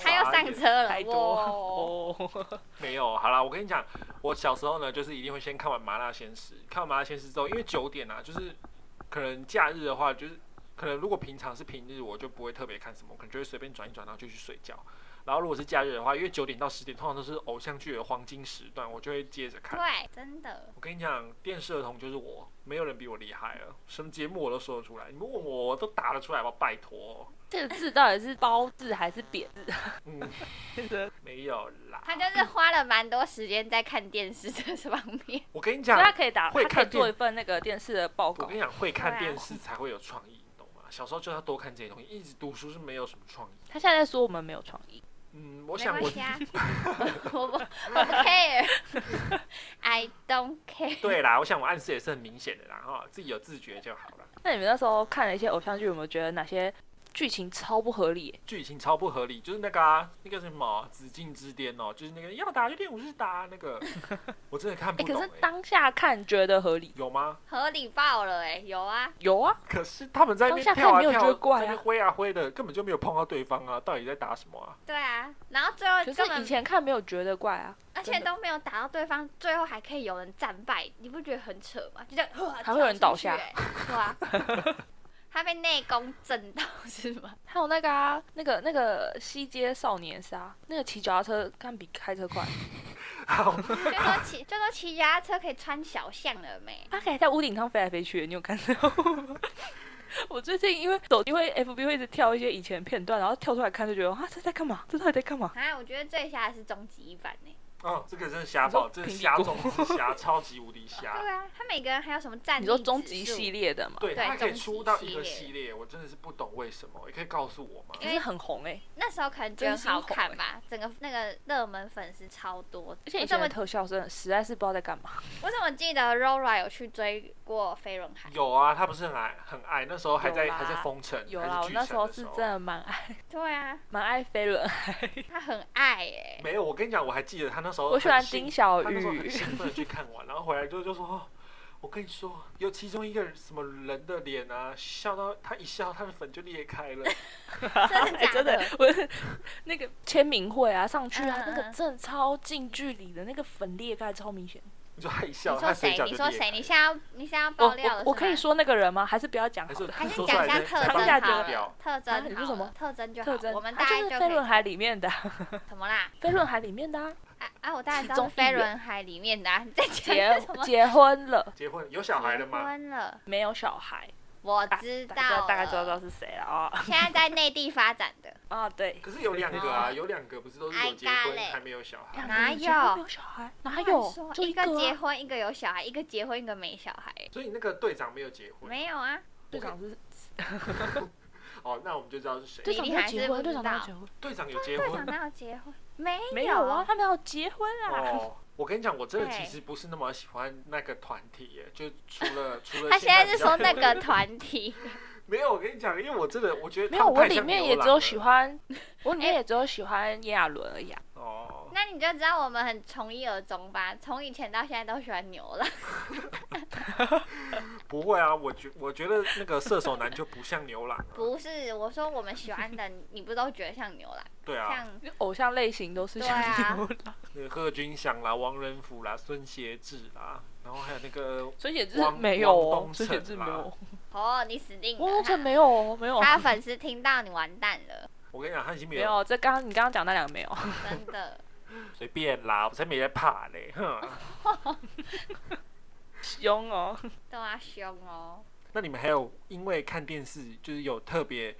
S2: 他又上车了，
S3: 太多
S2: 哇！
S3: 哦，
S1: 没有，好啦，我跟你讲，我小时候呢，就是一定会先看完《麻辣鲜师》，看完《麻辣鲜师》之后，因为九点啊，就是可能假日的话，就是可能如果平常是平日，我就不会特别看什么，我可能就会随便转一转，然后就去睡觉。然后如果是假日的话，因为九点到十点通常都是偶像剧的黄金时段，我就会接着看。
S2: 对，真的。
S1: 我跟你讲，电视儿童就是我，没有人比我厉害了，什么节目我都说得出来，你们问我我都答得出来吧，拜托。
S3: *laughs* 这个字到底是包字还是扁字？
S1: 嗯，
S3: 真的
S1: 没有啦。
S2: 他就是花了蛮多时间在看电视这方面。
S1: 我跟你
S3: 所以他
S1: 讲，
S3: 可以打，
S1: 会
S3: 他可以
S1: 看
S3: 做
S1: 电
S3: 一份那个电视的报
S1: 我
S3: 告
S1: 跟。你讲，会看
S2: 对啊
S1: 电视才会有创意，你懂吗？小时候就要多看这些东西，一直读书是没有什么创意。
S3: 他现在在说我们没有创意，
S1: 嗯， *laughs* 我
S2: 没
S1: 想
S2: 关
S1: 我
S2: 系啊， *laughs* 我不我不 care，I don't care。
S1: 对啦，我想我暗示也是很明显的啦，哈，自己有自觉就好了。
S3: 那你们那时候看了一些偶像剧，有没有觉得哪些剧情超不合理耶、
S1: 剧情超不合理，就是那个、啊、那个什么《紫禁之巅》哦，就是那个要打就练武士打啊那
S3: *laughs*
S1: 个，我真的看不
S3: 哎、
S1: 懂、
S3: 可是
S1: 欸
S3: 当下看觉得合理，
S1: 有吗？
S2: 合理爆了哎、有啊，
S3: 有啊，
S1: 可是他们在那边
S3: 当下
S1: 跳啊
S3: 看没有觉
S1: 跳，
S3: 得怪啊
S1: 在那边挥啊挥的，根本就没有碰到对方啊！到底在打什么啊？ *laughs*
S2: 对啊，然后最后
S3: 可
S2: 根
S3: 是以
S2: 本
S3: 前看没有觉得怪啊，
S2: 而
S3: 真
S2: 且
S3: 的
S2: 都没有打到对方，最后还可以有人战败，你不觉得很扯吗？就这样， *laughs* 还
S3: 还会有人倒下
S2: 对啊， *laughs* 他被内功震到是
S3: *laughs*
S2: 吗？
S3: 还有那个啊，那个那个西街少年杀，那个骑脚踏车看比开车快，
S2: 就说骑就说骑脚踏车可以穿小巷了没？
S3: 他可以在屋顶上飞来飞去，你有看到吗？ *laughs* 我最近因为手机会 FB 会一直跳一些以前片段，然后跳出来看就觉得啊这在干嘛？这到底在干嘛？
S2: 啊，我觉得最瞎的是终极一欸版呢、
S1: 哦，这个真的瞎
S3: 你说
S1: 爆，真的
S3: 平底
S1: 瞎
S3: 锅
S1: 中之
S3: *laughs*
S1: 瞎，超级无敌瞎。
S2: 对啊，他每个人还有什么战力
S3: 你
S2: 指数？
S3: 说终极系列的嘛，
S1: 对，
S2: 对
S1: 他可以
S2: 终极
S1: 出到一个
S2: 系列
S1: 系列，我真的是不懂为什么，也可以告诉我吗？
S3: 可是很红哎、
S2: 那时候可能觉得好看吧，整个那个热门粉丝超多。
S3: 而且以
S2: 我怎
S3: 前
S2: 么
S3: 的特效真的实在是不知道在干嘛。
S2: 我怎么记得 Rora 有去追过飞轮海？
S1: 有啊，他不是很矮很矮，那时候还在
S3: 有啦
S1: 还在封城，
S3: 有
S1: 还
S3: 啦，我
S1: 巨
S3: 那时
S1: 城
S3: 候
S1: 的
S3: 是
S1: 时候
S3: 真的蛮爱
S2: 对啊，
S3: 蛮爱飞轮，
S2: 他很爱哎、
S1: 没有。我跟你讲，我还记得他那时候
S3: 我喜
S1: 很
S3: 欢
S1: 兴
S3: 丁小
S1: 他那时候很
S3: 雨。
S1: 兴奋地去看完，然后回来就就说、哦我跟你说，有其中一个什么人的脸啊，笑到他一笑，他的粉就裂开了。 *laughs*
S2: 真的
S3: 哎、
S2: 假
S3: *laughs* 真的，我那个签名会啊，上去啊，
S2: 嗯嗯
S3: 那
S2: 嗯
S3: 个真的超近距离的，那个粉裂开超明显。
S1: 你说他一笑，
S2: 你
S1: 他
S2: 说
S1: 嘴
S2: 谁
S1: 角？就
S2: 你说
S1: 裂
S2: 谁？
S1: 开
S2: 你现在要你现在要
S3: 我
S2: 爆料了
S3: 我
S2: 是
S3: 我
S2: 吗
S3: 可以，说那个人吗？还是不要讲
S1: 还
S3: 好
S1: 是
S3: 了？
S2: 还是
S1: 说
S2: 讲一
S1: 出
S2: 下
S1: 来
S2: 特
S1: 再
S3: 当
S2: 征
S3: 下
S2: 好
S1: 就
S2: 了
S1: 掉，
S2: 特征好
S3: 啊
S2: 了，
S3: 你说什么
S2: 特征就好
S3: 特，征，
S2: 我们
S3: 它
S2: 大概
S3: 就是
S2: 可
S3: 飞
S2: 以
S3: 轮海里面的啊，
S2: 什么啦？
S3: 飞轮海里面
S2: *laughs*
S3: 的啊，
S2: 啊啊，我当
S3: *laughs*
S2: 然知道
S3: 中
S2: 是飞
S3: 议员
S2: 轮海里面的、啊，你在讲
S3: 结
S2: 什么？
S3: 结婚了，
S1: 结婚有小孩了
S2: 结
S1: 吗？
S2: 婚了，
S3: 没有小孩，
S2: 我
S3: 大
S2: 知道
S3: 大家大概知道知
S2: 了
S3: 道是谁了啊
S2: 现在在内地发展的，
S3: 啊，对，
S1: 可是有两个啊，
S2: 哦
S1: 有两个不是都是有结
S2: 哎嘎
S1: 婚
S2: 嘞
S1: 还没有小孩，
S3: 两
S2: 哪
S3: 个人结婚
S2: 有
S3: 没有小孩？哪
S2: 乱
S3: 有
S2: 说？
S3: 哎就
S2: 一
S3: 个
S2: 个结
S3: 啊
S2: 婚，一个有小孩，一个结婚，一个没小孩，
S1: 所以那个队长没有结婚。
S2: 没有啊？
S3: 队长是
S1: 哦，那我们就知道是谁。
S3: 队长没
S2: 你
S3: 有
S2: 还是
S3: 结
S2: 不
S3: 婚，队
S2: 知
S3: 长没有
S2: 道
S3: 结婚，
S1: 队长有结
S2: 队长
S1: 婚
S2: 哪有结婚？没
S3: *laughs* 没有啊，
S2: 啊，
S3: 他们要结婚啊。
S1: 哦。我跟你讲，我真的
S2: 对
S1: 其实不是那么喜欢那个团体耶，就除了除了
S2: 他现在
S1: 比
S2: 是
S1: 较
S2: 说那
S1: 火
S2: 个
S1: *laughs* 的
S2: 团体， *laughs*
S1: 没有。我跟你讲，因为我真的我觉得
S3: *laughs* 没
S1: 他
S3: 有，
S1: 们
S3: 我
S1: 太
S3: 里
S1: 像
S3: 面
S1: 牛
S3: 也
S1: 郎
S3: 只有
S1: 了
S3: 喜欢， *laughs* 我里面也只有喜欢炎亚纶而已啊。
S1: 哦。
S2: 那你就知道我们很从一而终吧？从以前到现在都喜欢牛了，
S1: 不会啊，我觉我觉得那个射手男就不像牛郎、啊。
S2: *laughs* 不是？我说我们喜欢的，你不都觉得像牛了？
S1: 对啊，
S2: 像
S3: 偶像类型都是
S2: 对
S3: 像
S2: 啊
S3: 牛郎，
S1: 那个贺军翔啦、王仁甫啦、孙协志啦，然后还有那个
S3: 孙雪志
S1: 汪
S3: 没有
S1: 汪
S3: 哦
S1: 东，
S3: 孙雪
S1: 城
S3: 志
S1: 啦
S3: 没有，
S2: 哦，你死定
S3: 汪
S2: 了
S3: 东城！没有哦，没有，
S2: 他的粉丝听到你完蛋了，
S1: 我跟你讲，他已经没
S3: 没
S1: 有
S3: 有。这刚刚你刚刚讲那两个没有，
S2: 真的。 *laughs*
S1: 随便啦，我才没在怕嘞。哼，
S3: 凶哦。
S2: 对啊，凶哦！
S1: 那你们还有因为看电视，就是有特别，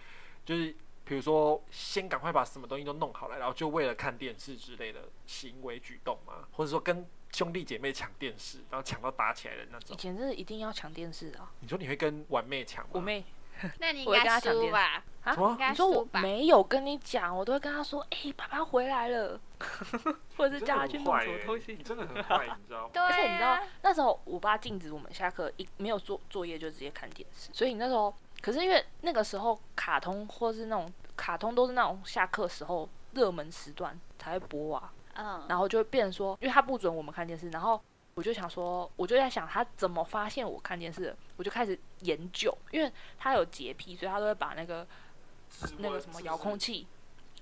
S1: 就是比如说先赶快把什么东西都弄好了，然后就为了看电视之类的行为举动吗？或者说跟兄弟姐妹抢电视，然后抢到打起来的那
S3: 以
S1: 种？
S3: 前真的一定要抢电视啊，
S1: 你说你会跟玩妹抢吗？
S3: 我妹
S2: 那你应
S3: 我会跟
S2: 该
S3: 他抢
S2: 输
S3: 电视
S2: 吧？
S3: 啊
S1: 什，么
S2: 应该
S3: 你说
S2: 输
S3: 我
S2: 吧？
S3: 没 *laughs* 有跟你讲，我都会跟他说，哎，爸爸回来了， *laughs* 或者
S1: 你
S3: 是
S1: 真
S3: 叫
S1: 的
S3: 他
S1: 很
S3: 去弄
S1: 坏
S3: 什么
S1: 欸
S3: 东西
S1: 你。真的很坏，你知道吗？
S2: 对
S3: 而且你知道
S2: 啊，
S3: 那时候我爸禁止我们下课一没有做作业就直接看电视，所以那时候可是因为那个时候卡通或是那种卡通都是那种下课时候热门时段才会播啊，
S2: 嗯，
S3: 然后就会变成说，因为他不准我们看电视，然后我就想说，我就在想他怎么发现我看电视的，我就开始研究，因为他有洁癖，所以他都会把那个
S1: 是
S3: 那
S1: 我
S3: 个什
S1: 是
S3: 么
S1: 不
S3: 遥
S1: 是
S3: 控器，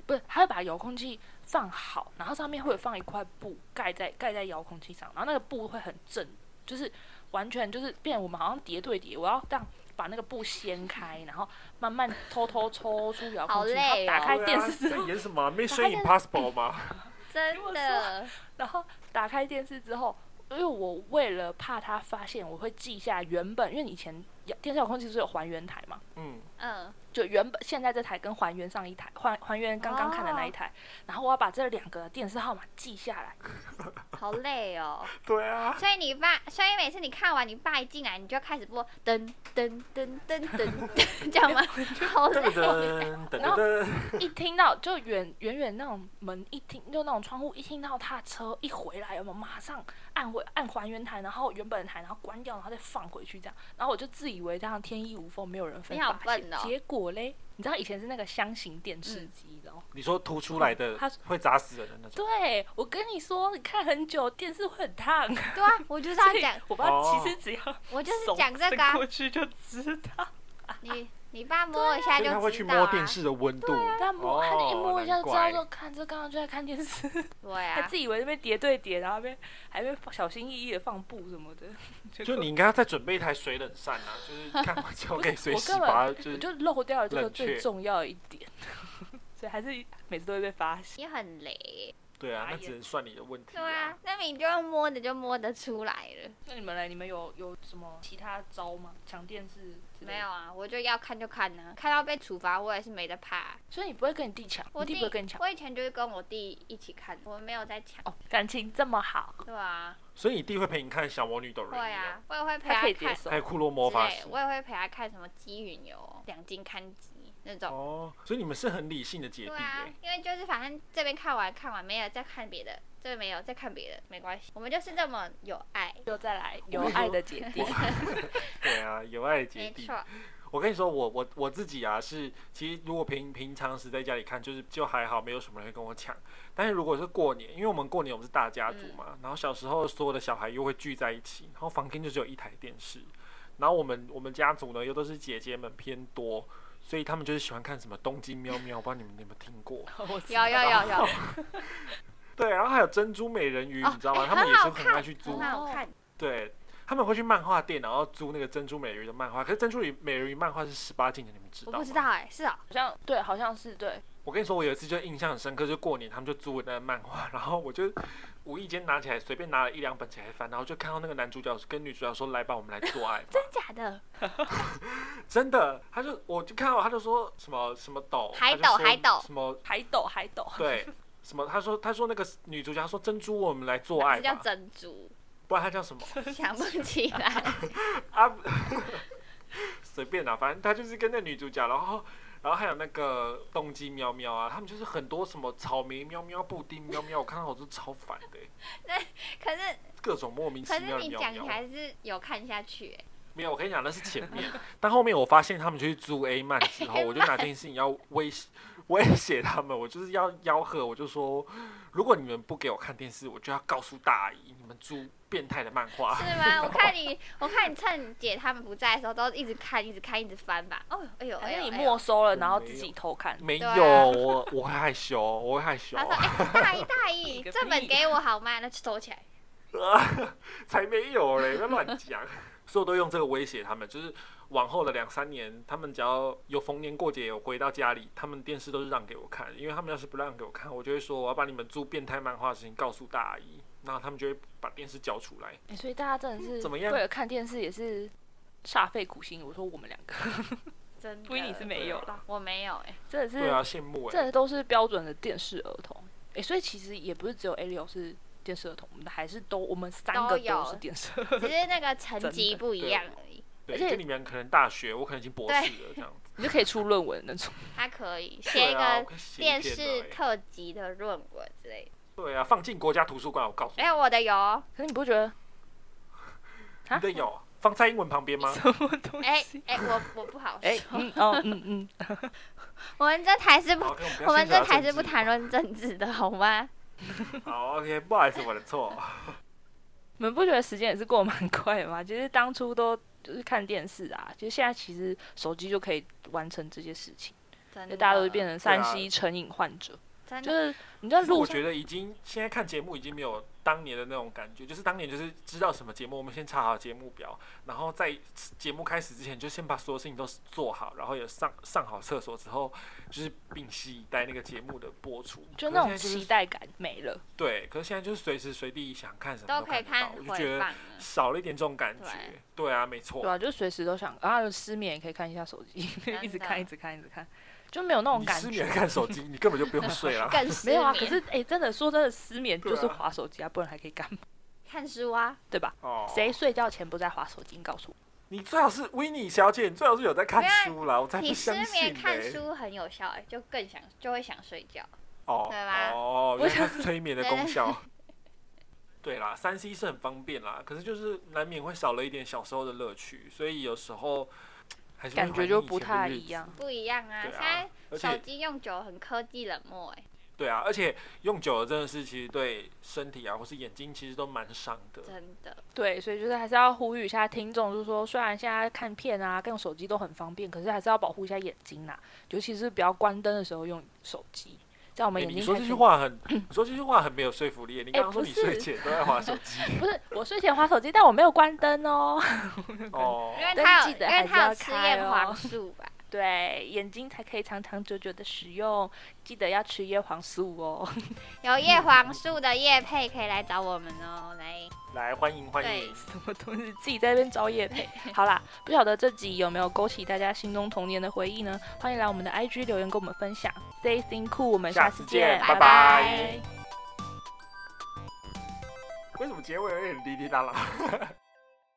S3: 不是，他会把遥控器放好，然后上面会有放一块布盖在盖在遥控器上，然后那个布会很正，就是完全就是变我们好像叠对叠，我要这样把那个布掀开，然好慢慢偷偷抽出遥
S2: 好
S3: 控器，然
S2: 累
S3: 后打
S2: 哦
S3: 开
S1: 对
S3: 电
S1: 啊
S3: 视之 *laughs*
S1: 在
S3: 后，
S1: 演什么啊《
S3: 打开
S1: Mission
S3: 电
S1: Impossible》吗？
S3: *laughs*
S2: 真的，
S3: 然后打开电视之后。因为我为了怕他发现，我会记下原本，因为以前遥电视遥控器是有还原台嘛，
S1: 嗯，
S2: 嗯，
S3: 就原本现在这台跟还原上一台，还还原刚刚看的
S2: 哦
S3: 那一台，然后我要把这两个电视号码记下
S2: *laughs*
S3: 来。
S2: 好累哦。
S1: 对啊，
S2: 所以你爸，所以每次你看完，你爸一进来，你就开始播噔噔噔噔噔噔，这样
S3: 哎
S2: 吗？好
S1: 噔
S2: 累
S1: 噔噔噔
S3: *laughs*
S1: 噔噔。
S3: 一听到就远远远那种门一听就那种窗户一听到他的车一回来，我们马上按回按还原台，然后原本的台，然后关掉，然后再放回去这样。然后我就自以为这样天衣无缝，没有人分
S2: 你好
S3: 发现。
S2: 笨哦、
S3: 结果嘞，你知道以前是那个箱型电视
S2: 嗯
S3: 机，你知道吗？
S1: 你说凸出来的
S3: 它
S1: 会砸死人的那种，
S3: 对，我跟你说，你看很久，电视会很烫。
S2: 对啊，我就是要
S3: 所以 *laughs*
S2: 讲，
S3: 我爸
S1: 哦
S3: 其实只要
S2: 我就是
S3: 手
S2: 讲这
S3: 伸
S2: 个啊、
S3: 过去就知道。
S2: 你你爸摸一下
S1: 所以他
S2: 就
S1: 会去
S2: 知道
S1: 摸
S2: 啊，
S1: 电视的温度。
S3: 他摸，他就一
S1: 哦
S3: 摸一下就知道
S1: 难怪
S3: 说，看这刚刚就在看电
S1: *laughs*
S3: 视，
S2: 对
S3: 还
S2: 啊
S3: 自，以为那边叠对叠，然后那边还被小心翼翼的放布什么的。结
S1: 就
S3: 果
S1: 你应该再准备一台水冷扇啊，就是
S2: *laughs*
S1: 看完之后可以随
S3: 我
S1: 时
S3: 根本
S1: 把它就
S3: 我
S1: 是
S3: 就漏掉了这个
S1: 冷却
S3: 最重要的一
S1: *laughs*
S3: 点，所以还是每次都会被发现。
S2: 你很雷，
S1: 对啊，那
S3: 打眼
S1: 只能算你的问题
S2: 对啊，那你就用摸的就摸得出来了。
S3: 那你们嘞，你们有有什么其他招吗？抢电视之类的
S2: 没有？啊，我就要看就看呢、看到被处罚我也是没得怕啊、
S3: 所以你不会跟你弟抢，
S2: 我
S3: 你弟
S2: 弟
S3: 不会跟你抢。
S2: 我以前就是跟我弟一起看，我没有在抢。
S3: 哦，感情这么好，
S2: 对啊，
S1: 所以你弟会陪你看《小魔女斗瑞
S2: 会
S1: 咪
S2: 啊，我也会陪
S3: 哎他可以
S2: 看
S3: 接
S2: 之
S3: 受
S1: 还。有《库洛魔法
S2: 类
S1: 使，》
S2: 我也会陪他看什么《鸡云游》《两金刊集》那种。
S1: 哦，所以你们是很理性的姐弟
S2: 对啊
S1: 耶，，
S2: 因为就是反正这边看完看完没有，再看别的，这边没有再看别的，没关系，我们就是这么有爱，
S3: 又再来
S1: 有
S3: 有爱的姐弟，
S1: 对啊，有爱的姐
S2: 没
S1: 弟。
S2: 错。
S1: 我跟你说，我我我自己啊，是其实如果平平常时在家里看，就是就还好，没有什么人会跟我抢。但是如果是过年，因为我们过年我们是大家族嘛，
S2: 嗯
S1: 然后小时候所有的小孩又会聚在一起，然后房间就只有一台电视，然后我们我们家族呢又都是姐姐们偏多，所以他们就是喜欢看什么《东京喵喵》，不知道你们有没有听过？
S3: 我知
S2: 有
S3: 道
S2: 有有
S1: *laughs*
S2: 有，
S1: 对，然后还有《珍珠美人鱼》，
S2: 哦
S1: 你知道吗？
S2: 哎
S1: 他们也是
S2: 很好
S1: 很爱
S2: 看
S1: 去租
S2: 很好看，
S1: 对，他们会去漫画店，然后租那个《珍珠美人鱼》的漫画。可是《珍珠美人鱼》漫画是十八禁的，你们知
S2: 我
S1: 道吗？
S2: 不知道哎、是哦，
S3: 好像对，好像是对。
S1: 我跟你说，我有一次就印象很深刻，就过年他们就租了那个漫画，然后我就无意间拿起来，随便拿了一两本起来翻，然后就看到那个男主角跟女主角说：“来吧，我们来做
S2: *laughs*
S1: 爱吧。
S2: 真假的？
S1: 真的，他就我就看到他就说什么什么斗，
S2: 海
S1: 他就说
S2: 斗海斗
S1: 什么
S3: 海斗海斗，
S1: 对。什么？他说，他说那个女主角她说珍珠，我们来做爱
S2: *laughs* 是叫
S1: 吧，
S2: 珍珠，
S1: 不然她叫什么？
S2: 想不起来。
S1: 啊， *laughs* 随便啦、反正他就是跟那女主角，然后然后还有那个东京喵喵啊，他们就是很多什么草莓喵喵、布丁喵喵，我看到我都超烦的、欸
S2: 可是
S1: 各种莫名其
S2: 可是
S1: 妙的
S2: 你
S1: 喵
S2: 讲，你
S1: 喵。
S2: 还是有看下去、欸，
S1: 没有，我跟你讲那是前面，但后面我发现他们去租 A 漫之后，我就拿这件事情要威胁威胁他们，我就是要吆喝，我就说，如果你们不给我看电视，我就要告诉大姨，你们租变态的漫画。
S2: 是吗？我看你，我看你趁姐他们不在的时候，都一直看，一直看，一直翻吧。哦，哎呦，
S3: 还
S2: 哎
S3: 是
S2: 呦，
S3: 你
S2: 哎呦
S3: 没收了，
S1: 我
S3: 然后
S1: 没
S3: 自
S1: 有
S3: 己偷看？
S1: 没
S2: 对啊
S1: 有，我我会害羞，我会害羞。
S2: 他说：“哎、大姨大
S3: 你
S2: 姨，
S3: 个屁
S2: 这本给我好吗？那就收起来。
S1: 啊， *laughs* 才没有嘞，不要乱讲。 *laughs* 所以我都用这个威胁他们，就是往后的两三年，他们只要有逢年过节有回到家里，他们电视都是让给我看，因为他们要是不让给我看，我就会说我要把你们租变态漫画的事情告诉大姨，然后他们就会把电视交出来。
S3: 欸所以大家真的是
S1: 怎么样
S3: 为了看电视也是煞费苦心。我说我们两个，”
S2: *laughs* 真的，
S3: 不你是没有啦，
S2: 我没有哎、
S3: *laughs* 真的
S1: 对
S3: 是，
S1: 啊，羡慕哎、
S3: 这都是标准的电视儿童。哎，所以其实也不是只有 A 六是电视儿童，我们还是都我们三个
S2: 都有
S3: 都是电视儿童。
S2: 只是那个层级不一样而已。
S1: 对，
S3: 而且
S1: 就你们可能大学，我可能已经博士了这
S2: *laughs*
S1: 样子。
S3: 你就可以出论文那种。 *laughs*
S2: 他可以写
S1: 对
S2: 一
S1: 啊，我
S2: 个
S1: 可以写一
S2: 电
S1: 篇
S2: 视
S1: 了欸
S2: 特辑的论文之类的。
S1: 对啊，放进国家图书馆，我告诉你，
S3: 啊
S2: 哎、我的有哦，
S3: 可是你不
S2: *laughs*
S3: 觉得啊
S1: 你的有放蔡英文旁边吗？
S3: 什么东
S2: 哎、
S3: 西？
S2: 哎、我 *laughs* 我不好说。
S3: 哎，嗯哦嗯嗯， *laughs*
S2: 我们这台是不，
S1: 好，OK，我
S2: 我
S1: 们
S2: 们
S1: 不要
S2: 这
S1: 牵扯到
S2: 台是不
S1: 政治
S2: 谈论政治的好吗？
S1: 好，OK，不好意思，我的错。
S3: 你们不觉得时间也是过得蛮快的吗？其实当初都就是看电视啊，其实现在其实手机就可以完成这些事情，
S2: 真
S3: 就
S2: 的，
S3: 大家都变成
S1: 对
S3: 三
S1: 啊
S3: C 成瘾患者。
S2: 真
S3: 就
S2: 的
S3: 是你在
S1: 可是
S3: 路
S1: 我
S3: 上
S1: 觉得已经现在看节目已经没有当年的那种感觉，就是当年就是知道什么节目，我们先查好节目表，然后在节目开始之前就先把所有事情都做好，然后也上上好厕所之后，就是屏息以待那个节目的播出。可是
S3: 就那
S1: 现在
S3: 种
S1: 就是
S3: 期待感没了。
S1: 对，可是现在就是随时随地想看什么
S2: 都
S1: 都
S2: 可以
S1: 看得
S2: 看
S1: 到，我就觉
S2: 回
S1: 得
S2: 放了。
S1: 少了一点这种感觉
S2: 对。
S1: 对啊，没
S3: 对
S1: 错。
S3: 啊，就随时都想啊，失眠也可以看一下手机，
S2: 真
S3: 一直
S2: 的
S3: 看，一直看，一直看，就没有那种
S1: 你
S3: 感
S1: 失眠
S3: 觉。
S1: 看手机，你根本就不用睡
S2: *laughs*
S1: 了。
S2: 更失
S3: 没有啊，
S2: 眠
S3: 可是哎、真的说真的，失眠
S1: 对
S3: 就是
S1: 啊
S3: 划手机啊，不然还可以干嘛？
S2: 看书啊，
S3: 对吧？
S1: 哦，
S3: 谁睡觉前不在划手机？你告诉我，
S1: 你最好是 w i n n 小姐，你最好是有在看
S2: 没有啊
S1: 书啦，我才不
S2: 你失
S1: 相信
S2: 眠
S1: 呢
S2: 看书很有效、哎，就更想就会想睡觉。
S1: 哦
S2: 对吧
S1: 哦，
S3: 我
S1: 原来是催
S2: *laughs*
S1: 眠的功效。对啦，三 C 是很方便啦，可是就是难免会少了一点小时候的乐趣，所以有时候还是会
S3: 感
S1: 怀
S3: 觉
S1: 念
S3: 就
S1: 以
S3: 不
S1: 前的
S3: 太
S1: 日
S3: 一
S1: 子
S3: 样。
S2: 不一样啊！
S1: 对
S2: 现
S1: 啊
S2: 在，
S1: 而
S2: 手
S1: 且
S2: 机用久很科技冷漠哎、
S1: 对啊，而且用久了真的是其实对身体啊或是眼睛其实都蛮伤的。
S2: 真的。
S3: 对，所以就是还是要呼吁一下听众，就是说，虽然现在看片啊、用手机都很方便，可是还是要保护一下眼睛啦，尤其是不要关灯的时候用手机，这样我们
S1: 欸
S3: 眼
S1: 你
S3: 睛
S1: 说
S3: 才
S1: 这
S3: 可以、
S1: 句话
S3: *laughs*
S1: 很，你说这句话很没有说服力。你刚刚说
S3: 不
S1: 你睡
S3: 是
S1: 前都在划手
S3: *laughs*
S1: 机
S3: 不是我睡前划手机，但我没有关灯哦。
S1: 哦，
S2: 因为
S3: 但
S2: 他
S3: 是
S2: 有，
S3: 记得
S2: 因为他有
S3: 还是要
S2: 吃
S3: 开
S2: 叶
S3: 哦
S2: 黄素吧？
S3: 对，眼睛才可以长长久久的使用，记得要吃叶黄素哦。 *laughs*
S2: 有叶黄素的叶配可以来找我们哦，来，
S1: 来欢迎欢
S2: 对
S1: 迎。
S3: 什么东西自己在那边招夜配？好 *laughs* 啦，不晓得这集有没有勾起大家心中童年的回忆呢？欢迎来我们的 IG 留言跟我们分享。Stay t h i n g cool，我们
S1: 下
S3: 下
S1: 次
S3: 次
S1: 见
S3: 见，
S1: 拜
S3: 拜
S1: 拜为什么结尾有点滴滴答答？